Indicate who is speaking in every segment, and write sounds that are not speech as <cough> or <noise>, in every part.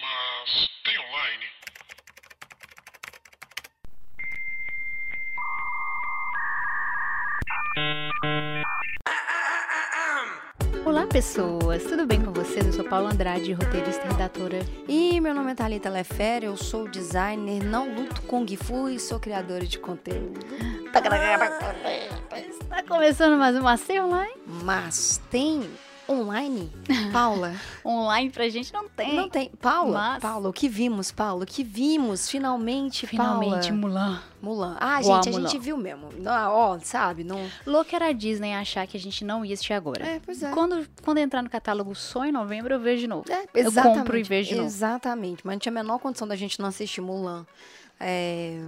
Speaker 1: Mas tem online.
Speaker 2: Olá, pessoas! Tudo bem com vocês? Eu sou Paula Andrade, roteirista e redatora.
Speaker 3: E meu nome é Thalita Lefere, eu sou designer, não luto com Gifu e sou criadora de conteúdo.
Speaker 2: Está começando mais um Acer Online?
Speaker 3: Mas tem
Speaker 2: <laughs>
Speaker 3: online? Paula,
Speaker 2: Online pra gente não tem.
Speaker 3: não tem. Paula,
Speaker 2: É. Mas-
Speaker 3: Paula, o que vimos, Paula? O que vimos? Finalmente,
Speaker 2: Finalmente,
Speaker 3: Paula.
Speaker 2: Mulan.
Speaker 3: Mulan. Ah,
Speaker 2: Uau,
Speaker 3: gente, a
Speaker 2: Mulan.
Speaker 3: gente viu mesmo. Ah, Ó, sabe? Não...
Speaker 2: Louco era a Disney achar que a gente não ia assistir agora.
Speaker 3: É, pois é.
Speaker 2: Quando, quando entrar no catálogo só em novembro, eu vejo de novo.
Speaker 3: É,
Speaker 2: Eu
Speaker 3: exatamente.
Speaker 2: compro e vejo de novo.
Speaker 3: Exatamente, mas não tinha a menor condição da gente não assistir Mulan. É...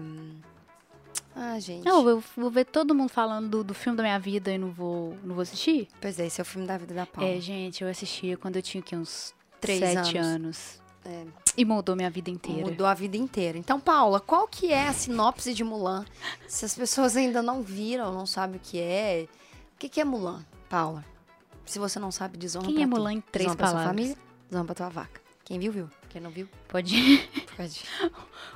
Speaker 3: Ah, gente.
Speaker 2: Não, eu vou ver todo mundo falando do, do filme da minha vida e não vou, não vou assistir?
Speaker 3: Pois é, esse é o filme da vida da Paula.
Speaker 2: É, gente, eu assistia quando eu tinha aqui, uns
Speaker 3: Três
Speaker 2: sete
Speaker 3: anos.
Speaker 2: anos.
Speaker 3: É.
Speaker 2: E mudou minha vida inteira.
Speaker 3: Mudou a vida inteira. Então, Paula, qual que é a sinopse de Mulan? Se as pessoas ainda não viram, não sabem o que é, o que, que é Mulan, Paula? Se você não sabe, desonra
Speaker 2: Quem
Speaker 3: pra
Speaker 2: é
Speaker 3: tu.
Speaker 2: Mulan em três
Speaker 3: desonra pra sua
Speaker 2: palavras?
Speaker 3: família, desonra pra tua vaca. Quem viu, viu. Quem não viu,
Speaker 2: Pode
Speaker 3: fica de...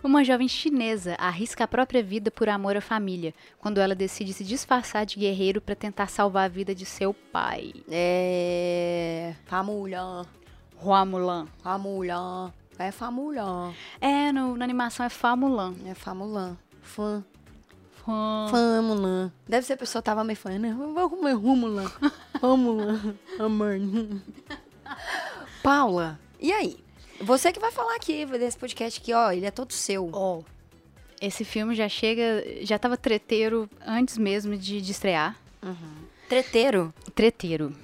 Speaker 2: Uma jovem chinesa arrisca a própria vida por amor à família, quando ela decide se disfarçar de guerreiro para tentar salvar a vida de seu pai,
Speaker 3: É... Famulhã,
Speaker 2: Hua Mulan.
Speaker 3: famulhã, é famulhã,
Speaker 2: É, no- na animação é Fa Mulan.
Speaker 3: é famulhã. Fã,
Speaker 2: Fa-
Speaker 3: fã, Mulan. Deve ser a pessoa que tava me falando, né? Vamos comer Mulan. Vamos Mulan. Amor. Paula, e aí? Você que vai falar aqui desse podcast aqui, ó, ele é todo seu.
Speaker 2: Ó, Esse filme já chega, já tava treteiro antes mesmo de, de estrear.
Speaker 3: Treteiro.
Speaker 2: Treteiro.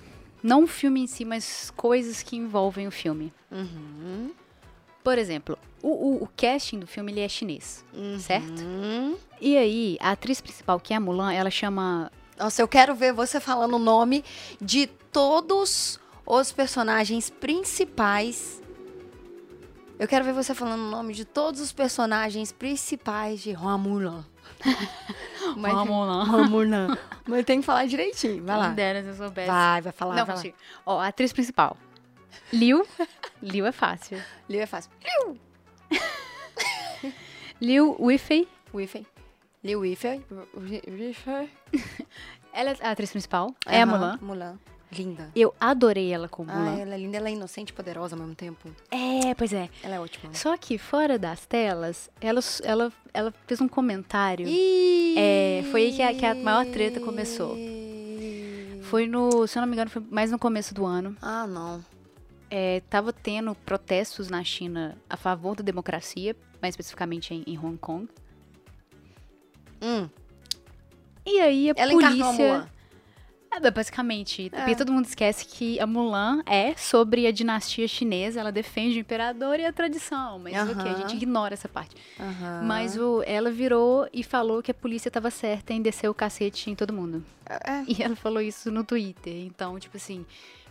Speaker 2: Não o filme em si, mas coisas que envolvem o filme.
Speaker 3: Uhum.
Speaker 2: Por exemplo, o, o- o casting do filme ele é chinês, certo?
Speaker 3: Hum.
Speaker 2: E aí, a atriz principal, que é a Mulan, ela chama
Speaker 3: Nossa, eu quero ver você falando o nome de todos os personagens principais. Eu quero ver você falando o nome de todos os personagens principais de Hua Mulan. Mas-
Speaker 2: Hua Mulan.
Speaker 3: Hua Mulan. Mas tem que falar direitinho, <laughs> vai lá.
Speaker 2: Quem dera se eu soubesse.
Speaker 3: Vai, vai falar,
Speaker 2: não,
Speaker 3: vai lá.
Speaker 2: consigo. Ó, a atriz principal. Liu. <laughs> Liu é fácil.
Speaker 3: Liu é fácil.
Speaker 2: Liu Weifei.
Speaker 3: Wiffey. Liu Wiffey. Wiffey.
Speaker 2: Ela é a atriz principal. É a
Speaker 3: Aham,
Speaker 2: Mulan.
Speaker 3: Mulan. Linda.
Speaker 2: Eu adorei ela como
Speaker 3: Ah,
Speaker 2: Mulan.
Speaker 3: ela é linda, ela é inocente e poderosa ao mesmo tempo.
Speaker 2: É, pois é.
Speaker 3: Ela é ótima. Né?
Speaker 2: Só que fora das telas, ela, ela, ela fez um comentário. É, foi aí que a- que a maior treta começou. Foi no, se eu não me engano, foi mais no começo do ano.
Speaker 3: Ah, não.
Speaker 2: É, tava tendo protestos na China a favor da democracia, mais especificamente em, em Hong Kong.
Speaker 3: Hum,
Speaker 2: E aí a
Speaker 3: ela encarnou a
Speaker 2: polícia.
Speaker 3: Mulan.
Speaker 2: É, ba- basicamente,
Speaker 3: É.
Speaker 2: porque todo mundo esquece que a Mulan é sobre a dinastia chinesa, ela defende o imperador e a tradição, mas ok, a
Speaker 3: Aham.
Speaker 2: gente ignora essa parte.
Speaker 3: Aham.
Speaker 2: Mas o, ela virou e falou que a polícia tava certa em descer o cacete em todo mundo.
Speaker 3: É,
Speaker 2: E ela falou isso no Twitter, então, tipo assim,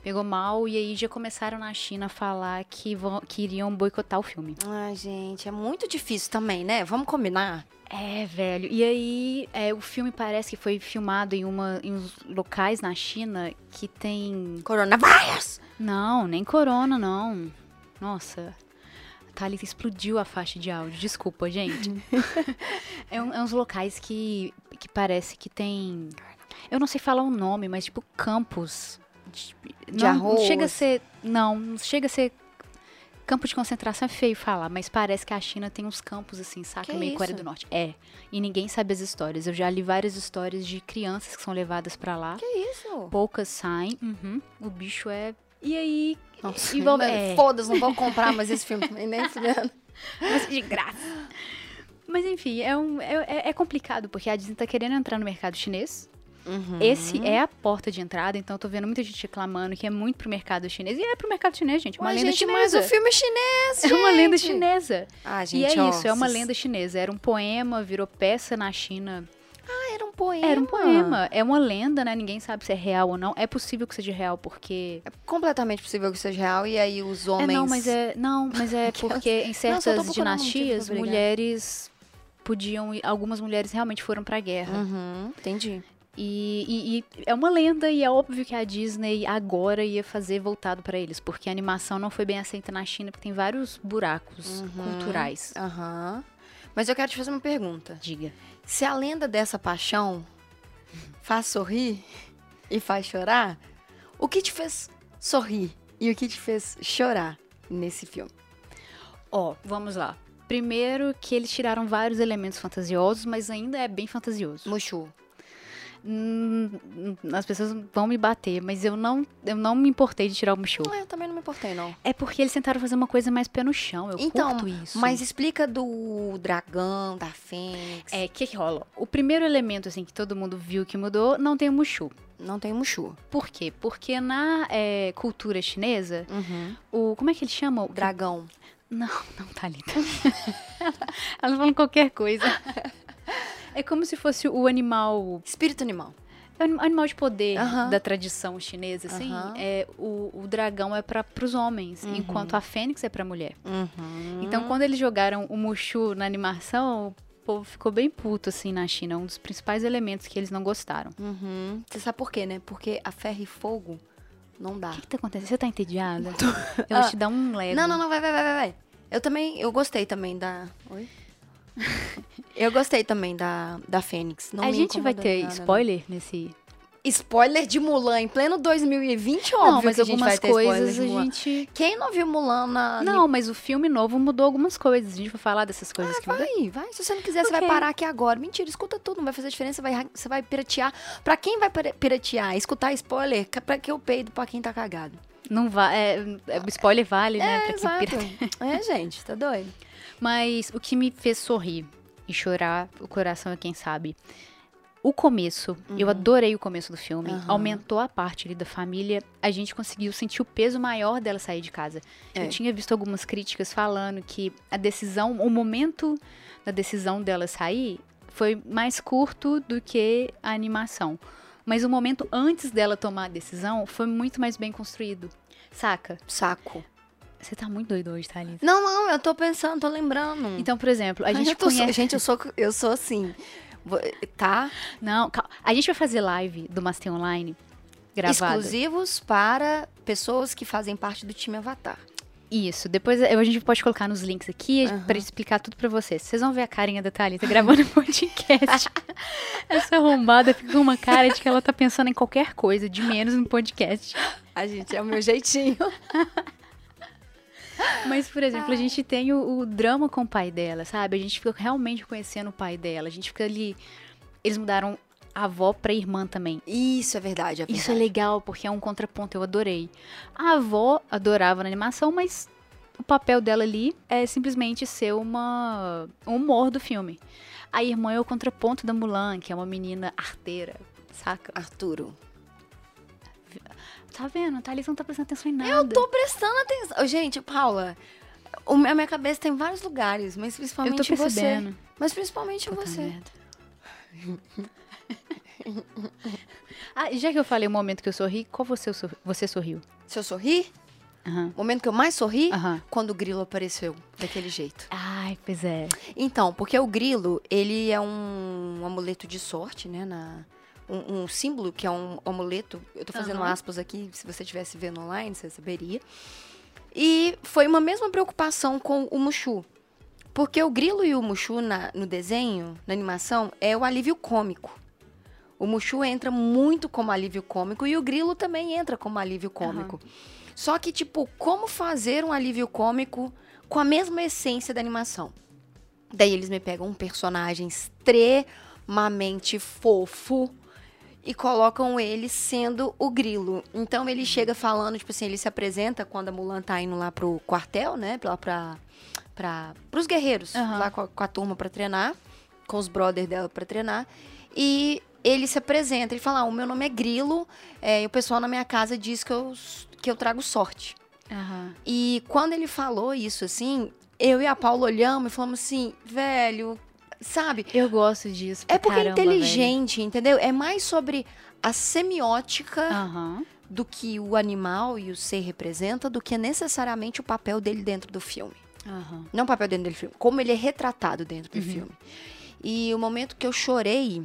Speaker 2: pegou mal e aí já começaram na China a falar que, vão, que iriam boicotar o filme.
Speaker 3: Ai, gente, é muito difícil também, né? Vamos combinar?
Speaker 2: É, velho. E aí, é, o filme parece que foi filmado em, uma, em uns locais na China que tem
Speaker 3: Coronavírus!
Speaker 2: Não, nem corona, não. Nossa. A Thalita explodiu a faixa de áudio. Desculpa,
Speaker 3: <laughs>
Speaker 2: gente. é, um- é uns locais que, que parece que tem. Eu não sei falar o nome, mas tipo campos. De,
Speaker 3: De
Speaker 2: não, não chega a
Speaker 3: arroz.
Speaker 2: ser. Não, não chega a ser. Campo de concentração é feio falar, mas parece que a China tem uns campos assim, saca?
Speaker 3: Que
Speaker 2: meio Coreia
Speaker 3: isso?
Speaker 2: do Norte. É. E ninguém sabe as histórias. Eu já li várias histórias de crianças que são levadas pra lá.
Speaker 3: Que isso?
Speaker 2: Poucas saem. Uhum. O bicho é. E aí.
Speaker 3: Nossa,
Speaker 2: envolve-
Speaker 3: mano,
Speaker 2: é.
Speaker 3: foda-se, não vou comprar mais esse filme também, nem fudendo.
Speaker 2: de graça. <gasps> Mas enfim, é, um, é, é- é complicado, porque a Disney tá querendo entrar no mercado chinês.
Speaker 3: Uhum.
Speaker 2: Esse é a porta de entrada, então eu tô vendo muita gente reclamando que é muito pro mercado chinês. E é pro mercado chinês, gente. Uma
Speaker 3: Ué,
Speaker 2: lenda
Speaker 3: gente, mas
Speaker 2: chinesa.
Speaker 3: o filme é chinês,
Speaker 2: <laughs> É uma lenda
Speaker 3: gente.
Speaker 2: chinesa.
Speaker 3: Ah,
Speaker 2: e
Speaker 3: gente,
Speaker 2: é
Speaker 3: ó,
Speaker 2: isso, é uma
Speaker 3: vocês-
Speaker 2: lenda chinesa. Era um poema, virou peça na China.
Speaker 3: Ah, era um poema.
Speaker 2: Era um poema. É uma lenda, né? Ninguém sabe se é real ou não. É possível que seja real, porque.
Speaker 3: É completamente possível que seja real. E aí os
Speaker 2: É,
Speaker 3: homens.
Speaker 2: não, mas é, não, mas
Speaker 3: <laughs>
Speaker 2: é porque em
Speaker 3: Não, só tô
Speaker 2: certas
Speaker 3: procurando um motivo pra
Speaker 2: dinastias,
Speaker 3: brigar. Hum.
Speaker 2: mulheres podiam. ir- Algumas mulheres realmente foram pra guerra.
Speaker 3: Uhum, entendi.
Speaker 2: E, e- e é uma lenda e é óbvio que a Disney agora ia fazer voltado pra eles, porque a animação não foi bem aceita na China, porque tem vários buracos
Speaker 3: Uhum.
Speaker 2: culturais.
Speaker 3: Aham. Mas eu quero te fazer uma pergunta.
Speaker 2: Diga.
Speaker 3: Se a lenda dessa paixão faz sorrir e faz chorar, o que te fez sorrir e o que te fez chorar nesse filme?
Speaker 2: Ó, vamos lá. Primeiro que eles tiraram vários elementos fantasiosos, mas ainda é bem fantasioso.
Speaker 3: Mushu.
Speaker 2: Hum, as pessoas vão me bater, mas eu não, eu não me importei de tirar o Mushu.
Speaker 3: Ah, eu também não me importei, não.
Speaker 2: É porque eles tentaram fazer uma coisa mais pé no chão. Eu
Speaker 3: Então,
Speaker 2: curto isso.
Speaker 3: Mas explica do dragão, da fênix.
Speaker 2: É, o que, que rola? O primeiro elemento, assim, que todo mundo viu que mudou, não tem o Mushu.
Speaker 3: Não tem Mushu.
Speaker 2: Por quê? Porque na é, cultura chinesa,
Speaker 3: Uhum.
Speaker 2: o. Como é que eles chamam?
Speaker 3: Dragão.
Speaker 2: Não, <laughs> não, tá Thalita. Elas falam tá qualquer
Speaker 3: <laughs>
Speaker 2: coisa. É como se fosse o animal.
Speaker 3: Espírito animal.
Speaker 2: é o anim- animal de poder
Speaker 3: Aham.
Speaker 2: da tradição chinesa, assim.
Speaker 3: Aham.
Speaker 2: É, o, o dragão é para os homens,
Speaker 3: Uhum.
Speaker 2: enquanto a fênix é pra mulher.
Speaker 3: Uhum.
Speaker 2: Então, quando eles jogaram o Mushu na animação, o povo ficou bem puto, assim, na China. Um dos principais elementos que eles não gostaram.
Speaker 3: Uhum. Você sabe por quê, né? Porque a ferro e fogo não dá.
Speaker 2: O que, que tá acontecendo? Você tá entediada? Eu vou
Speaker 3: Ah.
Speaker 2: te dar um lego.
Speaker 3: Não, não, não, vai, vai, vai, vai, vai. Eu também, eu gostei também da.
Speaker 2: <laughs>
Speaker 3: Oi? eu gostei também da, da Fênix. Não
Speaker 2: a
Speaker 3: me
Speaker 2: gente vai
Speaker 3: incomodou
Speaker 2: ter
Speaker 3: nada, não.
Speaker 2: spoiler nesse.
Speaker 3: Spoiler de Mulan em pleno 2020, óbvio
Speaker 2: não, mas
Speaker 3: que a gente
Speaker 2: algumas
Speaker 3: vai ter spoiler
Speaker 2: coisas
Speaker 3: de
Speaker 2: a
Speaker 3: Mulan.
Speaker 2: gente.
Speaker 3: Quem não viu Mulan na...
Speaker 2: Não, mas o filme novo mudou algumas coisas. A gente vai falar dessas coisas que mudou.
Speaker 3: Ah, Vai, vai. Se você não quiser, você vai
Speaker 2: Ok.
Speaker 3: parar aqui agora. Mentira, escuta tudo, não vai fazer diferença. Vai, você vai piratear. Pra quem vai pira- piratear, escutar spoiler, ca- pra que eu peido pra quem tá cagado.
Speaker 2: Não vai. É, é, o spoiler vale, né? pra quem
Speaker 3: Exato.
Speaker 2: pirata.
Speaker 3: <laughs> É, gente, tá doido?
Speaker 2: Mas o que me fez sorrir e chorar, o coração é quem sabe. O começo, eu adorei o começo do filme.
Speaker 3: Uhum. Aham.
Speaker 2: Aumentou a parte ali da família. A gente conseguiu sentir o peso maior dela sair de casa.
Speaker 3: É.
Speaker 2: Eu tinha visto algumas críticas falando que a decisão, o momento da decisão dela sair foi mais curto do que a animação. Mas o momento antes dela tomar a decisão foi muito mais bem construído. Saca?
Speaker 3: Saco.
Speaker 2: Você tá muito doido hoje, Thalita.
Speaker 3: Não, não, eu tô pensando, tô lembrando.
Speaker 2: Então, por exemplo, a
Speaker 3: Ai,
Speaker 2: gente
Speaker 3: eu tô so-
Speaker 2: conhece...
Speaker 3: gente, eu sou, eu sou assim. Vo- Tá?
Speaker 2: Não, calma. A gente vai fazer live do Master Online gravado.
Speaker 3: Exclusivos para pessoas que fazem parte do time Avatar.
Speaker 2: Isso. Depois eu- a gente pode colocar nos links aqui
Speaker 3: Aham.
Speaker 2: pra explicar tudo pra vocês. Vocês vão ver a carinha da Thalita gravando o podcast. Essa arrombada fica com uma cara de que ela tá pensando em qualquer coisa, de menos no podcast.
Speaker 3: A gente é o meu jeitinho.
Speaker 2: Mas, por exemplo, a gente tem o, o drama com o pai dela, sabe? A gente fica realmente conhecendo o pai dela. A gente fica ali. Eles mudaram a avó pra irmã também.
Speaker 3: <laughs> Isso é verdade, é verdade.
Speaker 2: Isso é legal, porque é um contraponto, eu adorei. A avó adorava na animação, mas o papel dela ali é simplesmente ser uma um humor do filme. A irmã é o contraponto da Mulan, que é uma menina arteira, saca?
Speaker 3: Arturo.
Speaker 2: Tá vendo? Tá ali, você não tá prestando atenção em nada. Eu
Speaker 3: Tô prestando atenção. Ô, Gente, Paula, o- a minha cabeça tem vários lugares, mas
Speaker 2: eu
Speaker 3: principalmente
Speaker 2: tô
Speaker 3: você.
Speaker 2: percebendo.
Speaker 3: Mas principalmente
Speaker 2: Puta
Speaker 3: você.
Speaker 2: merda. <laughs> ah, já que eu falei o momento que eu sorri, qual você, sor- você sorriu?
Speaker 3: Se eu sorri,
Speaker 2: Aham.
Speaker 3: o momento que eu mais sorri,
Speaker 2: Aham.
Speaker 3: quando o grilo apareceu, daquele jeito.
Speaker 2: Ai, pois é.
Speaker 3: Então, porque o grilo, ele é um amuleto de sorte, né? na- um, um símbolo que é um amuleto. Eu tô fazendo
Speaker 2: Aham.
Speaker 3: aspas aqui, se você estivesse vendo online, você saberia. E foi uma mesma preocupação com o Mushu. Porque o grilo e o Mushu na- no desenho, na animação, é o alívio cômico. O Mushu entra muito como alívio cômico e o grilo também entra como alívio cômico. Só que, tipo, como fazer um alívio cômico com a mesma essência da animação? Daí eles me pegam um personagem extremamente fofo e colocam ele sendo o grilo. Então ele chega falando, tipo assim, ele se apresenta quando a Mulan tá indo lá pro quartel, né? Lá pra, pra, pros guerreiros,
Speaker 2: Aham.
Speaker 3: lá com a, com a turma pra treinar, com os brothers dela pra treinar. E ele se apresenta, ele fala: ah, o meu nome é Grilo, é, e o pessoal na minha casa diz que eu, s- que eu trago sorte.
Speaker 2: Aham.
Speaker 3: E quando ele falou isso, assim, eu e a Paula olhamos e falamos assim, velho, sabe?
Speaker 2: Eu gosto disso. pra
Speaker 3: É porque é
Speaker 2: caramba, velho.
Speaker 3: inteligente, entendeu? É mais sobre a semiótica
Speaker 2: Aham.
Speaker 3: do que o animal e o ser representa do que necessariamente o papel dele dentro do filme.
Speaker 2: Aham.
Speaker 3: Não o papel dentro do filme,
Speaker 2: Uhum.
Speaker 3: como ele é retratado dentro do filme. E o momento que eu chorei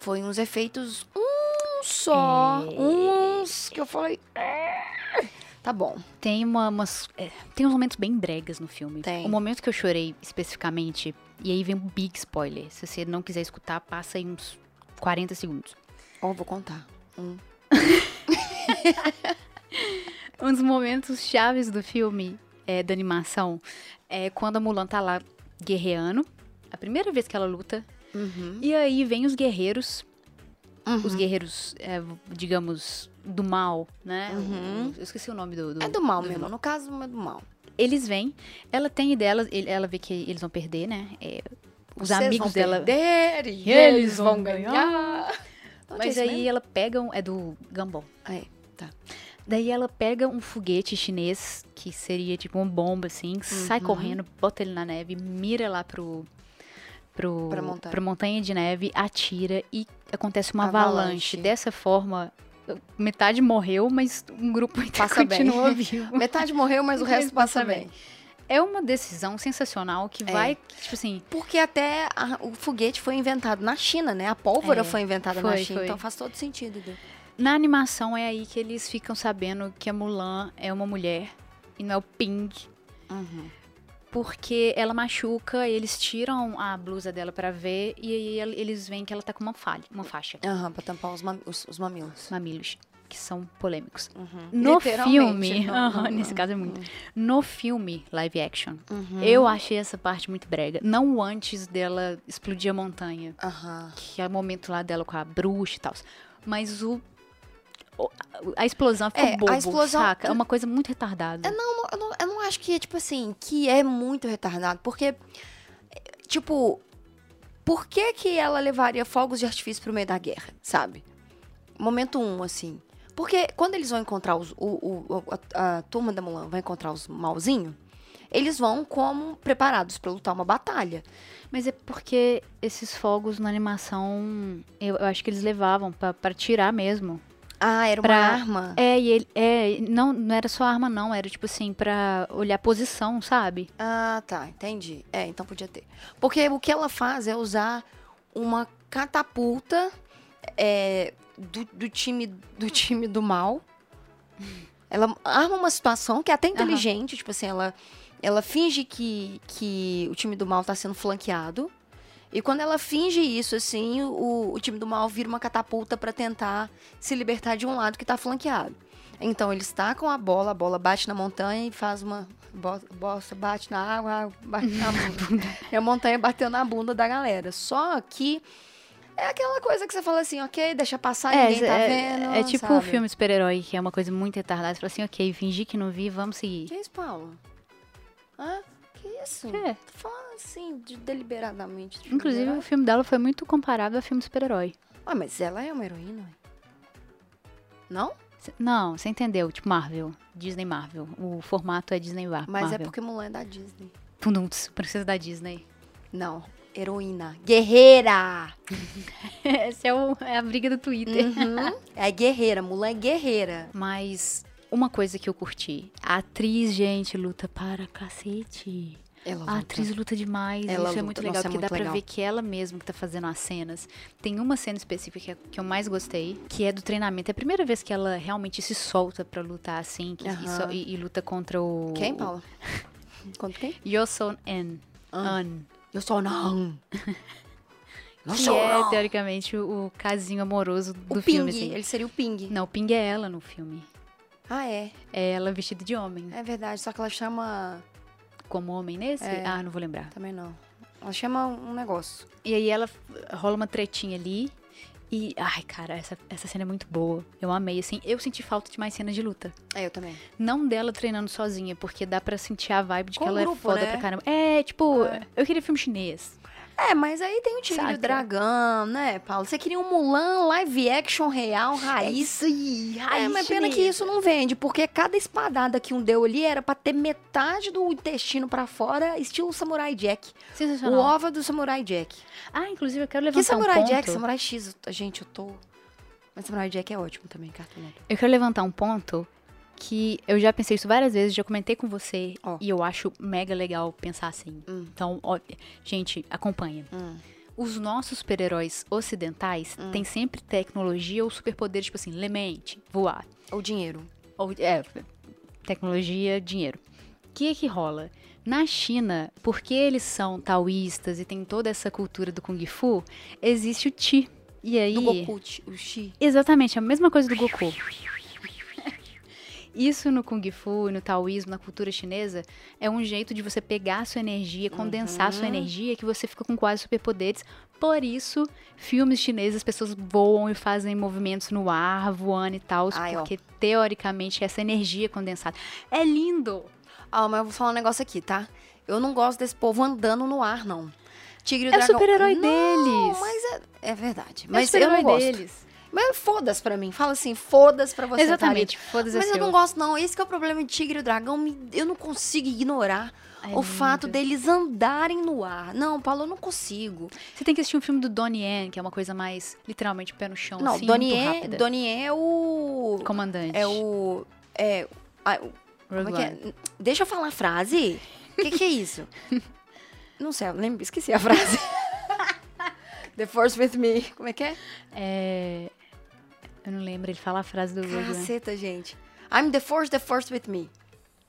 Speaker 3: Foi uns efeitos, um só,
Speaker 2: É.
Speaker 3: uns que eu falei. "Ah". Tá bom.
Speaker 2: Tem uma, umas. é, tem uns momentos bem dregas no filme.
Speaker 3: Tem.
Speaker 2: O momento que eu chorei especificamente, e aí vem um big spoiler. Se você não quiser escutar, passa aí uns 40 segundos.
Speaker 3: Ó, vou contar. Um.
Speaker 2: Um dos momentos chaves do filme, é, da animação, é quando a Mulan tá lá guerreando. A primeira vez que ela luta.
Speaker 3: Uhum.
Speaker 2: E aí vem os guerreiros
Speaker 3: Uhum.
Speaker 2: os guerreiros, é, digamos, do mal, né?
Speaker 3: Uhum.
Speaker 2: Eu esqueci o nome do.
Speaker 3: É do mal mesmo. No caso, é do mal.
Speaker 2: Eles vêm, ela tem delas, ele- ela vê que eles vão perder, né? É, os
Speaker 3: Vocês
Speaker 2: amigos
Speaker 3: vão
Speaker 2: dela.
Speaker 3: perder
Speaker 2: Eles
Speaker 3: e eles
Speaker 2: vão
Speaker 3: vão ganhar. Onde é
Speaker 2: Mas
Speaker 3: isso
Speaker 2: aí
Speaker 3: mesmo?
Speaker 2: ela pega um. É do Gambon.
Speaker 3: Aí, tá.
Speaker 2: Daí ela pega um foguete chinês, que seria tipo uma bomba, assim, sai
Speaker 3: Uhum.
Speaker 2: correndo, bota ele na neve, mira lá pro. Pro,
Speaker 3: Pra montanha.
Speaker 2: de neve, atira e acontece uma avalanche.
Speaker 3: Avalanche.
Speaker 2: Dessa forma, metade morreu, mas um grupo <laughs> ainda
Speaker 3: Passa bem.
Speaker 2: continua
Speaker 3: <laughs>
Speaker 2: vivo.
Speaker 3: Metade morreu, mas
Speaker 2: <laughs>
Speaker 3: o resto passa bem.
Speaker 2: É uma decisão sensacional que
Speaker 3: É.
Speaker 2: vai, tipo assim,
Speaker 3: Porque até a- o foguete foi inventado na China, né? A pólvora
Speaker 2: É,
Speaker 3: foi inventada na
Speaker 2: foi,
Speaker 3: China,
Speaker 2: foi.
Speaker 3: então faz todo sentido. Edu.
Speaker 2: na animação é aí que eles ficam sabendo que a Mulan é uma mulher e não é o Ping, Uhum. porque ela machuca, eles tiram a blusa dela pra ver e aí el- eles veem que ela tá com uma falha, uma faixa,
Speaker 3: Aham, pra tampar os, mam- os- os mamilos.
Speaker 2: mamilos, que são polêmicos.
Speaker 3: Uhum.
Speaker 2: No
Speaker 3: Literalmente,
Speaker 2: filme,
Speaker 3: <laughs> não,
Speaker 2: aham,
Speaker 3: não,
Speaker 2: nesse
Speaker 3: não.
Speaker 2: caso é muito. No filme live action,
Speaker 3: Uhum.
Speaker 2: eu achei essa parte muito brega, não antes dela explodir a montanha.
Speaker 3: Aham.
Speaker 2: que é o momento lá dela com a bruxa e tal. Mas o. o- A explosão ficou
Speaker 3: É, a
Speaker 2: bobo,
Speaker 3: explosão- É,
Speaker 2: saca? É uma coisa muito retardada.
Speaker 3: Não, eu não, eu não acho que é, tipo assim, que é muito retardado, porque, tipo, por que que ela levaria fogos de artifício pro meio da guerra, sabe? Momento um, assim. Porque quando eles vão encontrar os, o, o- o- a, a turma da Mulan vai encontrar os malzinhos, eles vão como preparados pra lutar uma batalha.
Speaker 2: Mas é porque esses fogos na animação, eu, eu acho que eles levavam pra pra tirar mesmo.
Speaker 3: Ah, era uma
Speaker 2: Pra-
Speaker 3: arma?
Speaker 2: É, e ele. É, não, não era só arma, não. Era tipo assim, pra olhar a posição, sabe?
Speaker 3: Ah, tá, entendi. É, então podia ter. Porque o que ela faz é usar uma catapulta é, do, do time do <laughs> time do mal. Ela arma uma situação que é até inteligente, tipo assim, ela, ela finge que, que o time do mal tá sendo flanqueado. E quando ela finge isso, assim, o, o time do mal vira uma catapulta pra tentar se libertar de um lado que tá flanqueado. Então eles tacam a bola, a bola bate na montanha e faz uma bo- bosta, bate na água, a água
Speaker 2: <laughs>
Speaker 3: bate na bunda. e a montanha bateu na bunda da galera. Só que é aquela coisa que você fala assim, ok, deixa passar, ninguém tá
Speaker 2: é,
Speaker 3: vendo.
Speaker 2: é tipo
Speaker 3: sabe?
Speaker 2: um filme de super-herói, que é uma coisa muito retardada. Você fala assim, ok, fingir que não vi, vamos seguir.
Speaker 3: Que isso, Paulo? Hã? Que isso?
Speaker 2: É.
Speaker 3: Tô falando assim, de- deliberadamente. de
Speaker 2: Inclusive, o
Speaker 3: deliberar-
Speaker 2: filme dela foi muito comparado a filme de super-herói.
Speaker 3: Ah, mas ela é uma heroína, ué. Não?
Speaker 2: Cê- Não, você entendeu. Tipo Marvel. Disney Marvel. O formato é Disney Mar-
Speaker 3: Mas é
Speaker 2: Marvel.
Speaker 3: porque Mulan é da Disney.
Speaker 2: Pundunts, princesa da Disney. <laughs>
Speaker 3: Não, heroína. Guerreira!
Speaker 2: Essa é, o- é a briga do Twitter.
Speaker 3: Uhum. <laughs> é guerreira, Mulan é guerreira.
Speaker 2: Mas uma coisa que eu curti. A atriz, gente, luta para cacete.
Speaker 3: Ela
Speaker 2: A atriz luta demais.
Speaker 3: Ela
Speaker 2: Isso é
Speaker 3: luta.
Speaker 2: muito legal,
Speaker 3: Nossa, é
Speaker 2: porque dá
Speaker 3: muito
Speaker 2: pra
Speaker 3: legal.
Speaker 2: ver que é ela mesma que tá fazendo as cenas. Tem uma cena específica que eu mais gostei, que é do treinamento. É a primeira vez que ela realmente se solta pra lutar assim. que- e, só-
Speaker 3: Aham.
Speaker 2: e- e luta contra o...
Speaker 3: Quem, Paula? Conta quem?
Speaker 2: Yoson N.
Speaker 3: Ah.
Speaker 2: An.
Speaker 3: Eu sou <laughs> não. Não
Speaker 2: Que
Speaker 3: sou
Speaker 2: é,
Speaker 3: não.
Speaker 2: teoricamente, o o casinho amoroso do
Speaker 3: O Ping,
Speaker 2: filme, assim.
Speaker 3: ele seria o Ping.
Speaker 2: Não, o Ping é ela no filme.
Speaker 3: Ah, é.
Speaker 2: É ela vestida de homem.
Speaker 3: É verdade, só que ela chama...
Speaker 2: Como homem nesse?
Speaker 3: É.
Speaker 2: Ah, não vou lembrar.
Speaker 3: Também não. Ela chama um negócio.
Speaker 2: E aí ela rola uma tretinha ali. E, ai, cara, essa, essa cena é muito boa. Eu amei, assim. Eu senti falta de mais cenas de luta.
Speaker 3: É, eu também.
Speaker 2: Não dela treinando sozinha, porque dá pra sentir a vibe de
Speaker 3: Com
Speaker 2: que ela é
Speaker 3: grupo,
Speaker 2: foda
Speaker 3: né?
Speaker 2: pra caramba. É, tipo, eu queria filme chinês.
Speaker 3: É, mas aí tem o Tigre e
Speaker 2: Saca?
Speaker 3: o Dragão, né, Paulo? Você queria um Mulan live action real, É raiz.
Speaker 2: aí,
Speaker 3: É, mas pena que isso não vende, porque cada espadada que um deu ali era pra ter metade do intestino pra fora, estilo Samurai Jack. O
Speaker 2: Sensacional.
Speaker 3: ova do Samurai Jack.
Speaker 2: Ah, inclusive, eu quero
Speaker 3: Que
Speaker 2: levantar um ponto.
Speaker 3: Samurai Jack? Samurai X, eu- gente, eu tô... Mas Samurai Jack é ótimo também, cartão.
Speaker 2: Eu quero levantar um ponto que eu já pensei isso várias vezes, já comentei com você
Speaker 3: Ó.
Speaker 2: e eu acho mega legal pensar assim. Então, ó, gente, acompanha.
Speaker 3: Hum.
Speaker 2: os nossos super-heróis ocidentais têm sempre tecnologia ou superpoderes, tipo assim, lemente, voar.
Speaker 3: O dinheiro.
Speaker 2: Ou, é, tecnologia, dinheiro. O que que rola? Na China, porque eles são taoístas e tem toda essa cultura do Kung Fu, existe o Ti. E aí.
Speaker 3: Do Goku, o Xi.
Speaker 2: Exatamente, é a mesma coisa do Goku. Isso no Kung Fu, no taoísmo, na cultura chinesa, é um jeito de você pegar a sua energia, condensar a
Speaker 3: Uhum.
Speaker 2: sua energia, que você fica com quase superpoderes. Por isso, filmes chineses, as pessoas voam e fazem movimentos no ar, voando e tal,
Speaker 3: Ai, ó.
Speaker 2: porque teoricamente é essa energia condensada. É lindo!
Speaker 3: Ah, mas eu vou falar um negócio aqui, tá? Eu não gosto desse povo andando no ar, não. Tigre e
Speaker 2: É o
Speaker 3: dragão.
Speaker 2: super-herói
Speaker 3: Não,
Speaker 2: deles.
Speaker 3: Mas é, é verdade.
Speaker 2: É o
Speaker 3: Mas eu
Speaker 2: super-herói
Speaker 3: não gosto.
Speaker 2: deles.
Speaker 3: Mas foda-se pra mim. Fala assim, foda-se pra você. Thalita.
Speaker 2: Exatamente, foda-se
Speaker 3: Mas
Speaker 2: é
Speaker 3: eu não
Speaker 2: seu.
Speaker 3: gosto, não. Esse que é o problema de Tigre e o Dragão. me- Eu não consigo ignorar
Speaker 2: É
Speaker 3: o fato
Speaker 2: lindo.
Speaker 3: deles andarem no ar. Não, Paulo, eu não consigo.
Speaker 2: Você tem que assistir um filme do Donnie Yen, que é uma coisa mais, literalmente, pé no chão,
Speaker 3: não,
Speaker 2: assim,
Speaker 3: Donnie
Speaker 2: muito
Speaker 3: é,
Speaker 2: rápida.
Speaker 3: Donnie é o...
Speaker 2: Comandante.
Speaker 3: É o... É... ah, o-
Speaker 2: Rogue
Speaker 3: como é
Speaker 2: One.
Speaker 3: que é? Deixa eu falar a frase. O que, que é isso? <laughs> não sei, eu lembro, esqueci a <laughs> frase. The Force With Me. Como é que é?
Speaker 2: É... Eu não lembro, ele fala a frase do Rogue One.
Speaker 3: Caceta, gente. I'm the Force, the Force With Me.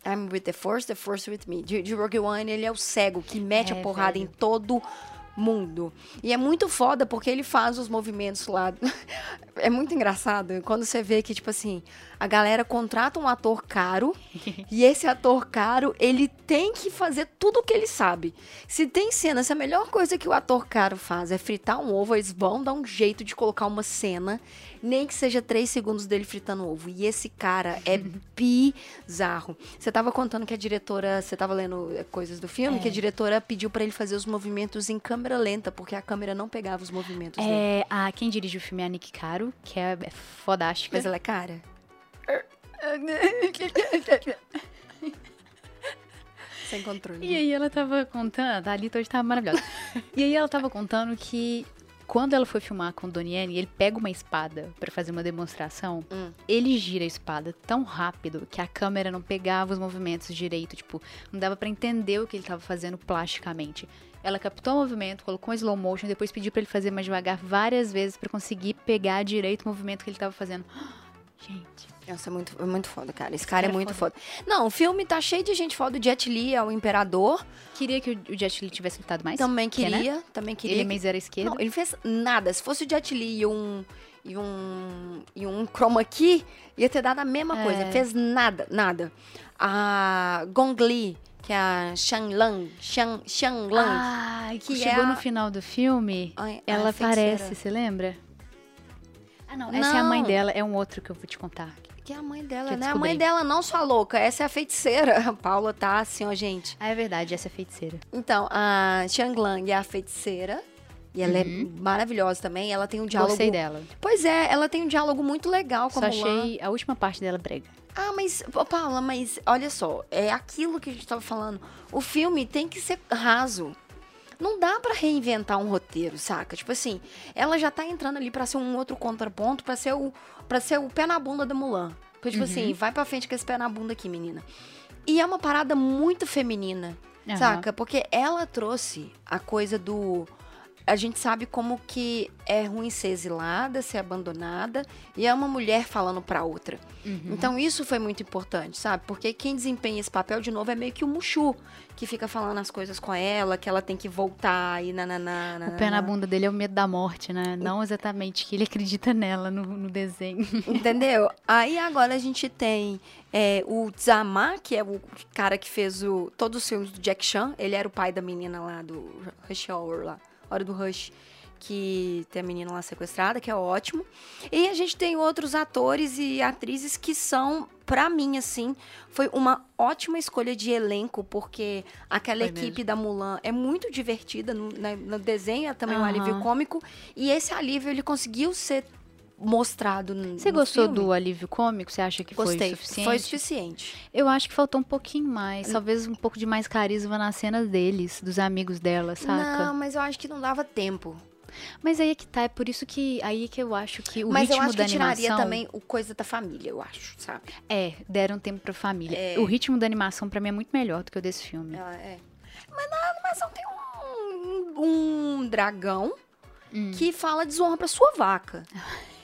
Speaker 3: I'm with the Force, the Force With Me. De, de Rogue One, ele é o cego que mete
Speaker 2: É,
Speaker 3: a porrada
Speaker 2: velho.
Speaker 3: em todo mundo. E é muito foda porque ele faz os movimentos lá. <laughs> É muito engraçado quando você vê que, tipo assim, a galera contrata um ator caro e esse ator caro, ele tem que fazer tudo o que ele sabe. Se tem cena, se a melhor coisa que o ator caro faz é fritar um ovo, eles vão dar um jeito de colocar uma cena, nem que seja três segundos dele fritando ovo. E esse cara é bizarro. Você tava contando que a diretora, você tava lendo eh, coisas do filme, que a diretora pediu pra ele fazer os movimentos em câmera lenta, porque a câmera não pegava os movimentos dele.
Speaker 2: É, a, quem dirige o filme é a Nick Caro, que é, é fodástica. <laughs>
Speaker 3: Mas ela é cara? Sem controle.
Speaker 2: E aí ela tava contando, a Alita hoje tava
Speaker 3: <laughs>
Speaker 2: maravilhosa. e aí ela tava contando que quando ela foi filmar com o Doniane, ele pega uma espada pra fazer uma demonstração,
Speaker 3: Hum.
Speaker 2: ele gira a espada tão rápido que a câmera não pegava os movimentos direito, tipo, não dava pra entender o que ele tava fazendo plasticamente. Ela captou o movimento, colocou em slow motion, depois pediu pra ele fazer mais devagar várias vezes pra conseguir pegar direito o movimento que ele tava fazendo. <gasps> Gente,
Speaker 3: Nossa, é muito, é muito foda, cara. Esse, cara,
Speaker 2: cara
Speaker 3: é
Speaker 2: é
Speaker 3: muito foda. Não, o filme tá cheio de gente foda. O Jet Li é o imperador.
Speaker 2: queria que o Jet Li tivesse lutado mais.
Speaker 3: também
Speaker 2: que, né?
Speaker 3: queria, também queria.
Speaker 2: Ele
Speaker 3: que-
Speaker 2: mais era esquerda.
Speaker 3: Não, é, ele fez nada. Se fosse o Jet Li e um e um e um chroma key, ia ter dado a mesma coisa. Ele fez nada, nada. A Gong Li, que é a Shanlan, Shang Shanlan.
Speaker 2: Ah,
Speaker 3: que
Speaker 2: que chegou
Speaker 3: é a-
Speaker 2: no final do filme,
Speaker 3: Ai, a
Speaker 2: ela
Speaker 3: feiticeira.
Speaker 2: aparece, você lembra? Ah, não, essa é a mãe
Speaker 3: Não.
Speaker 2: dela, é um outro que eu vou te contar.
Speaker 3: Que é a mãe dela,
Speaker 2: Que eu
Speaker 3: né? A mãe
Speaker 2: descobri.
Speaker 3: dela não sua louca, essa é a feiticeira. <laughs> A Paula tá assim, ó, gente.
Speaker 2: Ah, é verdade, essa é feiticeira.
Speaker 3: Então, a Shang Lang é a feiticeira. E ela é maravilhosa também. Ela tem um diálogo.
Speaker 2: Uhum. Gostei dela.
Speaker 3: Pois é, ela tem um diálogo muito legal com
Speaker 2: Só
Speaker 3: a Mulan.
Speaker 2: achei a última parte dela brega.
Speaker 3: Ah, mas, ô, Paula, mas olha só, é aquilo que a gente tava falando. O filme tem que ser raso. Não dá pra reinventar um roteiro, saca? Tipo assim, ela já tá entrando ali pra ser um outro contraponto, pra ser o para ser o pé na bunda da Mulan. Porque
Speaker 2: Uhum.
Speaker 3: tipo assim, vai pra frente com esse pé na bunda aqui, menina. E é uma parada muito feminina,
Speaker 2: Aham.
Speaker 3: saca? Porque ela trouxe a coisa do a gente sabe como que é ruim ser exilada, ser abandonada, e é uma mulher falando pra outra.
Speaker 2: Uhum.
Speaker 3: Então isso foi muito importante, sabe? Porque quem desempenha esse papel de novo é meio que o Mushu, que fica falando as coisas com ela, que ela tem que voltar e nananá.
Speaker 2: O pé na
Speaker 3: nananá.
Speaker 2: bunda dele é o medo da morte, né? Não exatamente que ele acredita nela no, no <laughs> desenho.
Speaker 3: Entendeu? Aí agora a gente tem é, o Zama, que é o cara que fez o- todos os filmes do Jack Chan. Ele era o pai da menina lá do Rush Hour lá. Hora do Rush. Que tem a menina lá sequestrada, que é ótimo. E a gente tem outros atores e atrizes que são, pra mim, assim, foi uma ótima escolha de elenco, porque aquela
Speaker 2: Foi
Speaker 3: equipe da Mulan é muito divertida no, na- no desenho, é também um
Speaker 2: Aham.
Speaker 3: alívio cômico. E esse alívio, ele conseguiu ser mostrado no
Speaker 2: Você
Speaker 3: no
Speaker 2: gostou
Speaker 3: filme?
Speaker 2: do alívio cômico? Você acha que
Speaker 3: Gostei.
Speaker 2: foi suficiente?
Speaker 3: Foi suficiente.
Speaker 2: Eu acho que faltou um pouquinho mais. Talvez um pouco de mais carisma na cena deles, dos amigos dela, saca?
Speaker 3: Não, mas eu acho que não dava tempo.
Speaker 2: Mas aí é que tá, é por isso que aí que eu acho que o
Speaker 3: mas eu
Speaker 2: ritmo
Speaker 3: acho que
Speaker 2: da
Speaker 3: tiraria
Speaker 2: animação
Speaker 3: também o coisa da família, eu acho, sabe?
Speaker 2: é, deram tempo pra família.
Speaker 3: É.
Speaker 2: Hum. O ritmo da animação pra mim é muito melhor do que o desse filme.
Speaker 3: Ela é. Mas na animação tem um, um, um dragão
Speaker 2: Hum.
Speaker 3: que fala desonra pra sua
Speaker 2: <laughs>
Speaker 3: vaca.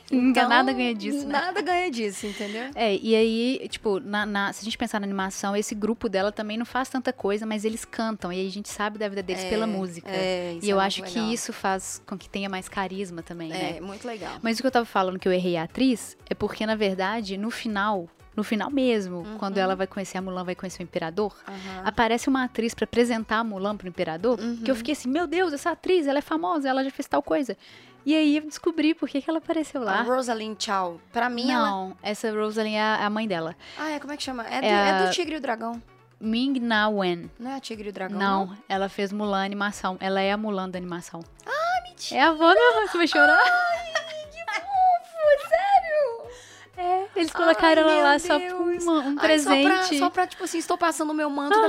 Speaker 2: Ninguém
Speaker 3: Então,
Speaker 2: nada ganha disso, né?
Speaker 3: Nada ganha
Speaker 2: <laughs>
Speaker 3: disso, entendeu?
Speaker 2: É, e aí, tipo, na- na- se a gente pensar na animação, esse grupo dela também não faz tanta coisa, mas eles cantam, e aí a gente sabe da vida deles pela música.
Speaker 3: É,
Speaker 2: e eu acho que
Speaker 3: isso
Speaker 2: isso faz com que tenha mais carisma também, né?
Speaker 3: é muito legal. É, muito legal.
Speaker 2: Mas o que eu tava falando que eu errei a atriz é porque, na verdade, no final, no final mesmo, quando
Speaker 3: Uhum.
Speaker 2: ela vai conhecer a Mulan, vai conhecer o imperador,
Speaker 3: Aham.
Speaker 2: aparece uma atriz pra apresentar a Mulan pro imperador,
Speaker 3: Uhum.
Speaker 2: que eu fiquei assim, meu Deus, essa atriz, ela é famosa, ela já fez tal coisa. E aí eu descobri por que, que ela apareceu
Speaker 3: A
Speaker 2: lá.
Speaker 3: Rosalind Chow, pra mim, ela...
Speaker 2: Não, essa Rosalind é a a mãe dela.
Speaker 3: Ah, é, como é que chama? É do, é do Tigre e o Dragão.
Speaker 2: Ming Na Wen.
Speaker 3: Não é a Tigre e o Dragão,
Speaker 2: Não, ela fez Mulan animação. Ela é a Mulan da animação. Ah, mentira! É a avó da Você vai chorar?
Speaker 3: Sério?
Speaker 2: É, eles colocaram
Speaker 3: Ai,
Speaker 2: ela lá
Speaker 3: meu
Speaker 2: só por
Speaker 3: Deus.
Speaker 2: uma- um
Speaker 3: Ai,
Speaker 2: presente.
Speaker 3: Só pra, só pra, tipo assim, estou passando o meu manto da...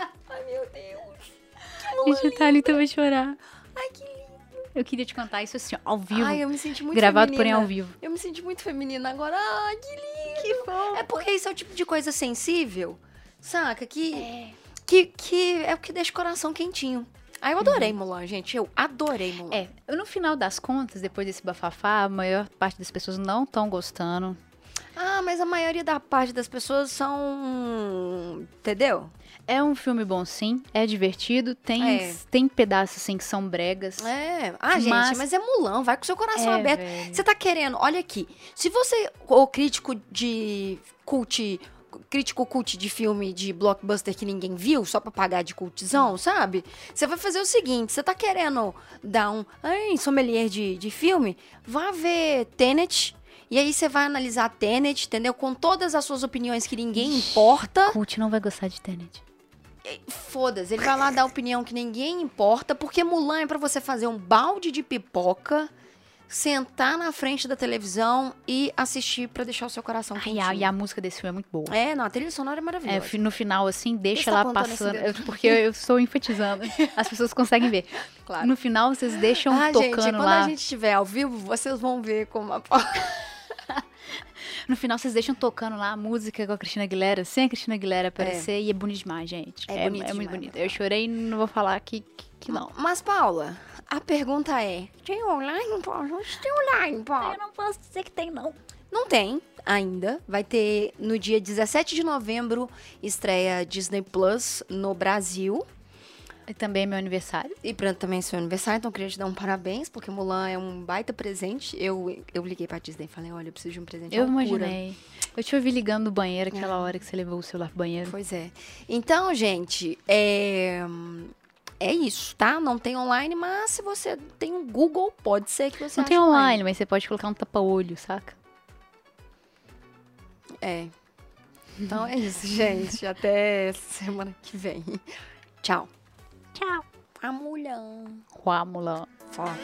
Speaker 3: <laughs> Ai, meu Deus.
Speaker 2: Gente, tá o Thalita vai chorar. Ai, que lindo. Eu queria te contar isso assim, ó, ao vivo.
Speaker 3: Ai, eu me senti muito
Speaker 2: gravado, porém,
Speaker 3: feminina.
Speaker 2: ao vivo.
Speaker 3: Eu me senti muito feminina agora. Ai, que lindo.
Speaker 2: Que bom.
Speaker 3: É porque isso é o tipo de coisa sensível, saca? Que é, que, que é o que deixa o coração quentinho. Aí eu adorei Mulan, gente. Eu adorei Mulan.
Speaker 2: Uhum. É, eu, no final das contas, depois desse bafafá, a maior parte das pessoas não estão gostando.
Speaker 3: Ah, mas a maioria da parte das pessoas são. Entendeu?
Speaker 2: É um filme bom, sim. É divertido. Tem,
Speaker 3: É.
Speaker 2: tem pedaços, assim, que são bregas.
Speaker 3: É. Ah, gente,
Speaker 2: Mas-
Speaker 3: mas, é Mulan, vai com seu coração
Speaker 2: É,
Speaker 3: aberto.
Speaker 2: velho.
Speaker 3: Você tá querendo, olha aqui. Se você, ou crítico de cult, crítico cult de filme de blockbuster que ninguém viu, só pra pagar de cultizão, sabe? Você vai fazer o seguinte, você tá querendo dar um, ai, sommelier de, de filme, vá ver Tenet, e aí você vai analisar Tenet, entendeu? Com todas as suas opiniões que ninguém importa.
Speaker 2: Cult não vai gostar de Tenet.
Speaker 3: Foda-se, ele vai lá dar opinião que ninguém importa, porque Mulan é pra você fazer um balde de pipoca, sentar na frente da televisão e assistir pra deixar o seu coração
Speaker 2: Ai, a- e
Speaker 3: quentinho.
Speaker 2: a música desse filme é muito boa.
Speaker 3: É, não, a trilha sonora é maravilhosa.
Speaker 2: É, fi- no final, assim,
Speaker 3: Você
Speaker 2: deixa
Speaker 3: tá
Speaker 2: ela
Speaker 3: apontando esse
Speaker 2: passando.
Speaker 3: dedo?
Speaker 2: é <laughs> Porque eu estou enfatizando. As pessoas conseguem ver.
Speaker 3: <laughs> claro.
Speaker 2: No final, vocês deixam
Speaker 3: ah, gente,
Speaker 2: tocando
Speaker 3: quando
Speaker 2: lá.
Speaker 3: a gente estiver ao vivo, vocês vão ver como a...
Speaker 2: No final, vocês deixam tocando lá a música com a Cristina Aguilera, sem a Cristina Aguilera aparecer. E é bonito demais, gente.
Speaker 3: É bonito
Speaker 2: muito
Speaker 3: demais,
Speaker 2: bonito.
Speaker 3: né?
Speaker 2: Eu chorei e não vou falar que, que, que não.
Speaker 3: <laughs> Mas, Paula, a pergunta é... Tem online, Paula? Não Tem online, Paula?
Speaker 2: não posso dizer que tem, não.
Speaker 3: Não tem ainda. Vai ter no dia 17 de novembro, estreia Disney Plus no Brasil.
Speaker 2: E também é meu aniversário.
Speaker 3: E pra também seu aniversário, então eu queria te dar um parabéns, porque Mulan é um baita presente. Eu, eu liguei pra Disney e falei, olha, eu preciso de um presente. à
Speaker 2: Eu
Speaker 3: altura.
Speaker 2: imaginei. Eu te ouvi ligando do banheiro aquela hora que você levou o celular pro banheiro.
Speaker 3: Pois é. Então, gente, é... é isso, tá? Não tem online, mas se você tem um Google, pode ser que você
Speaker 2: não
Speaker 3: ache
Speaker 2: tem online, mas você pode colocar um tapa-olho, saca?
Speaker 3: É. Então é isso, gente. Até semana que vem. Tchau.
Speaker 2: Tchau.
Speaker 3: A mulher.
Speaker 2: Uá, Mulan.
Speaker 3: Fala.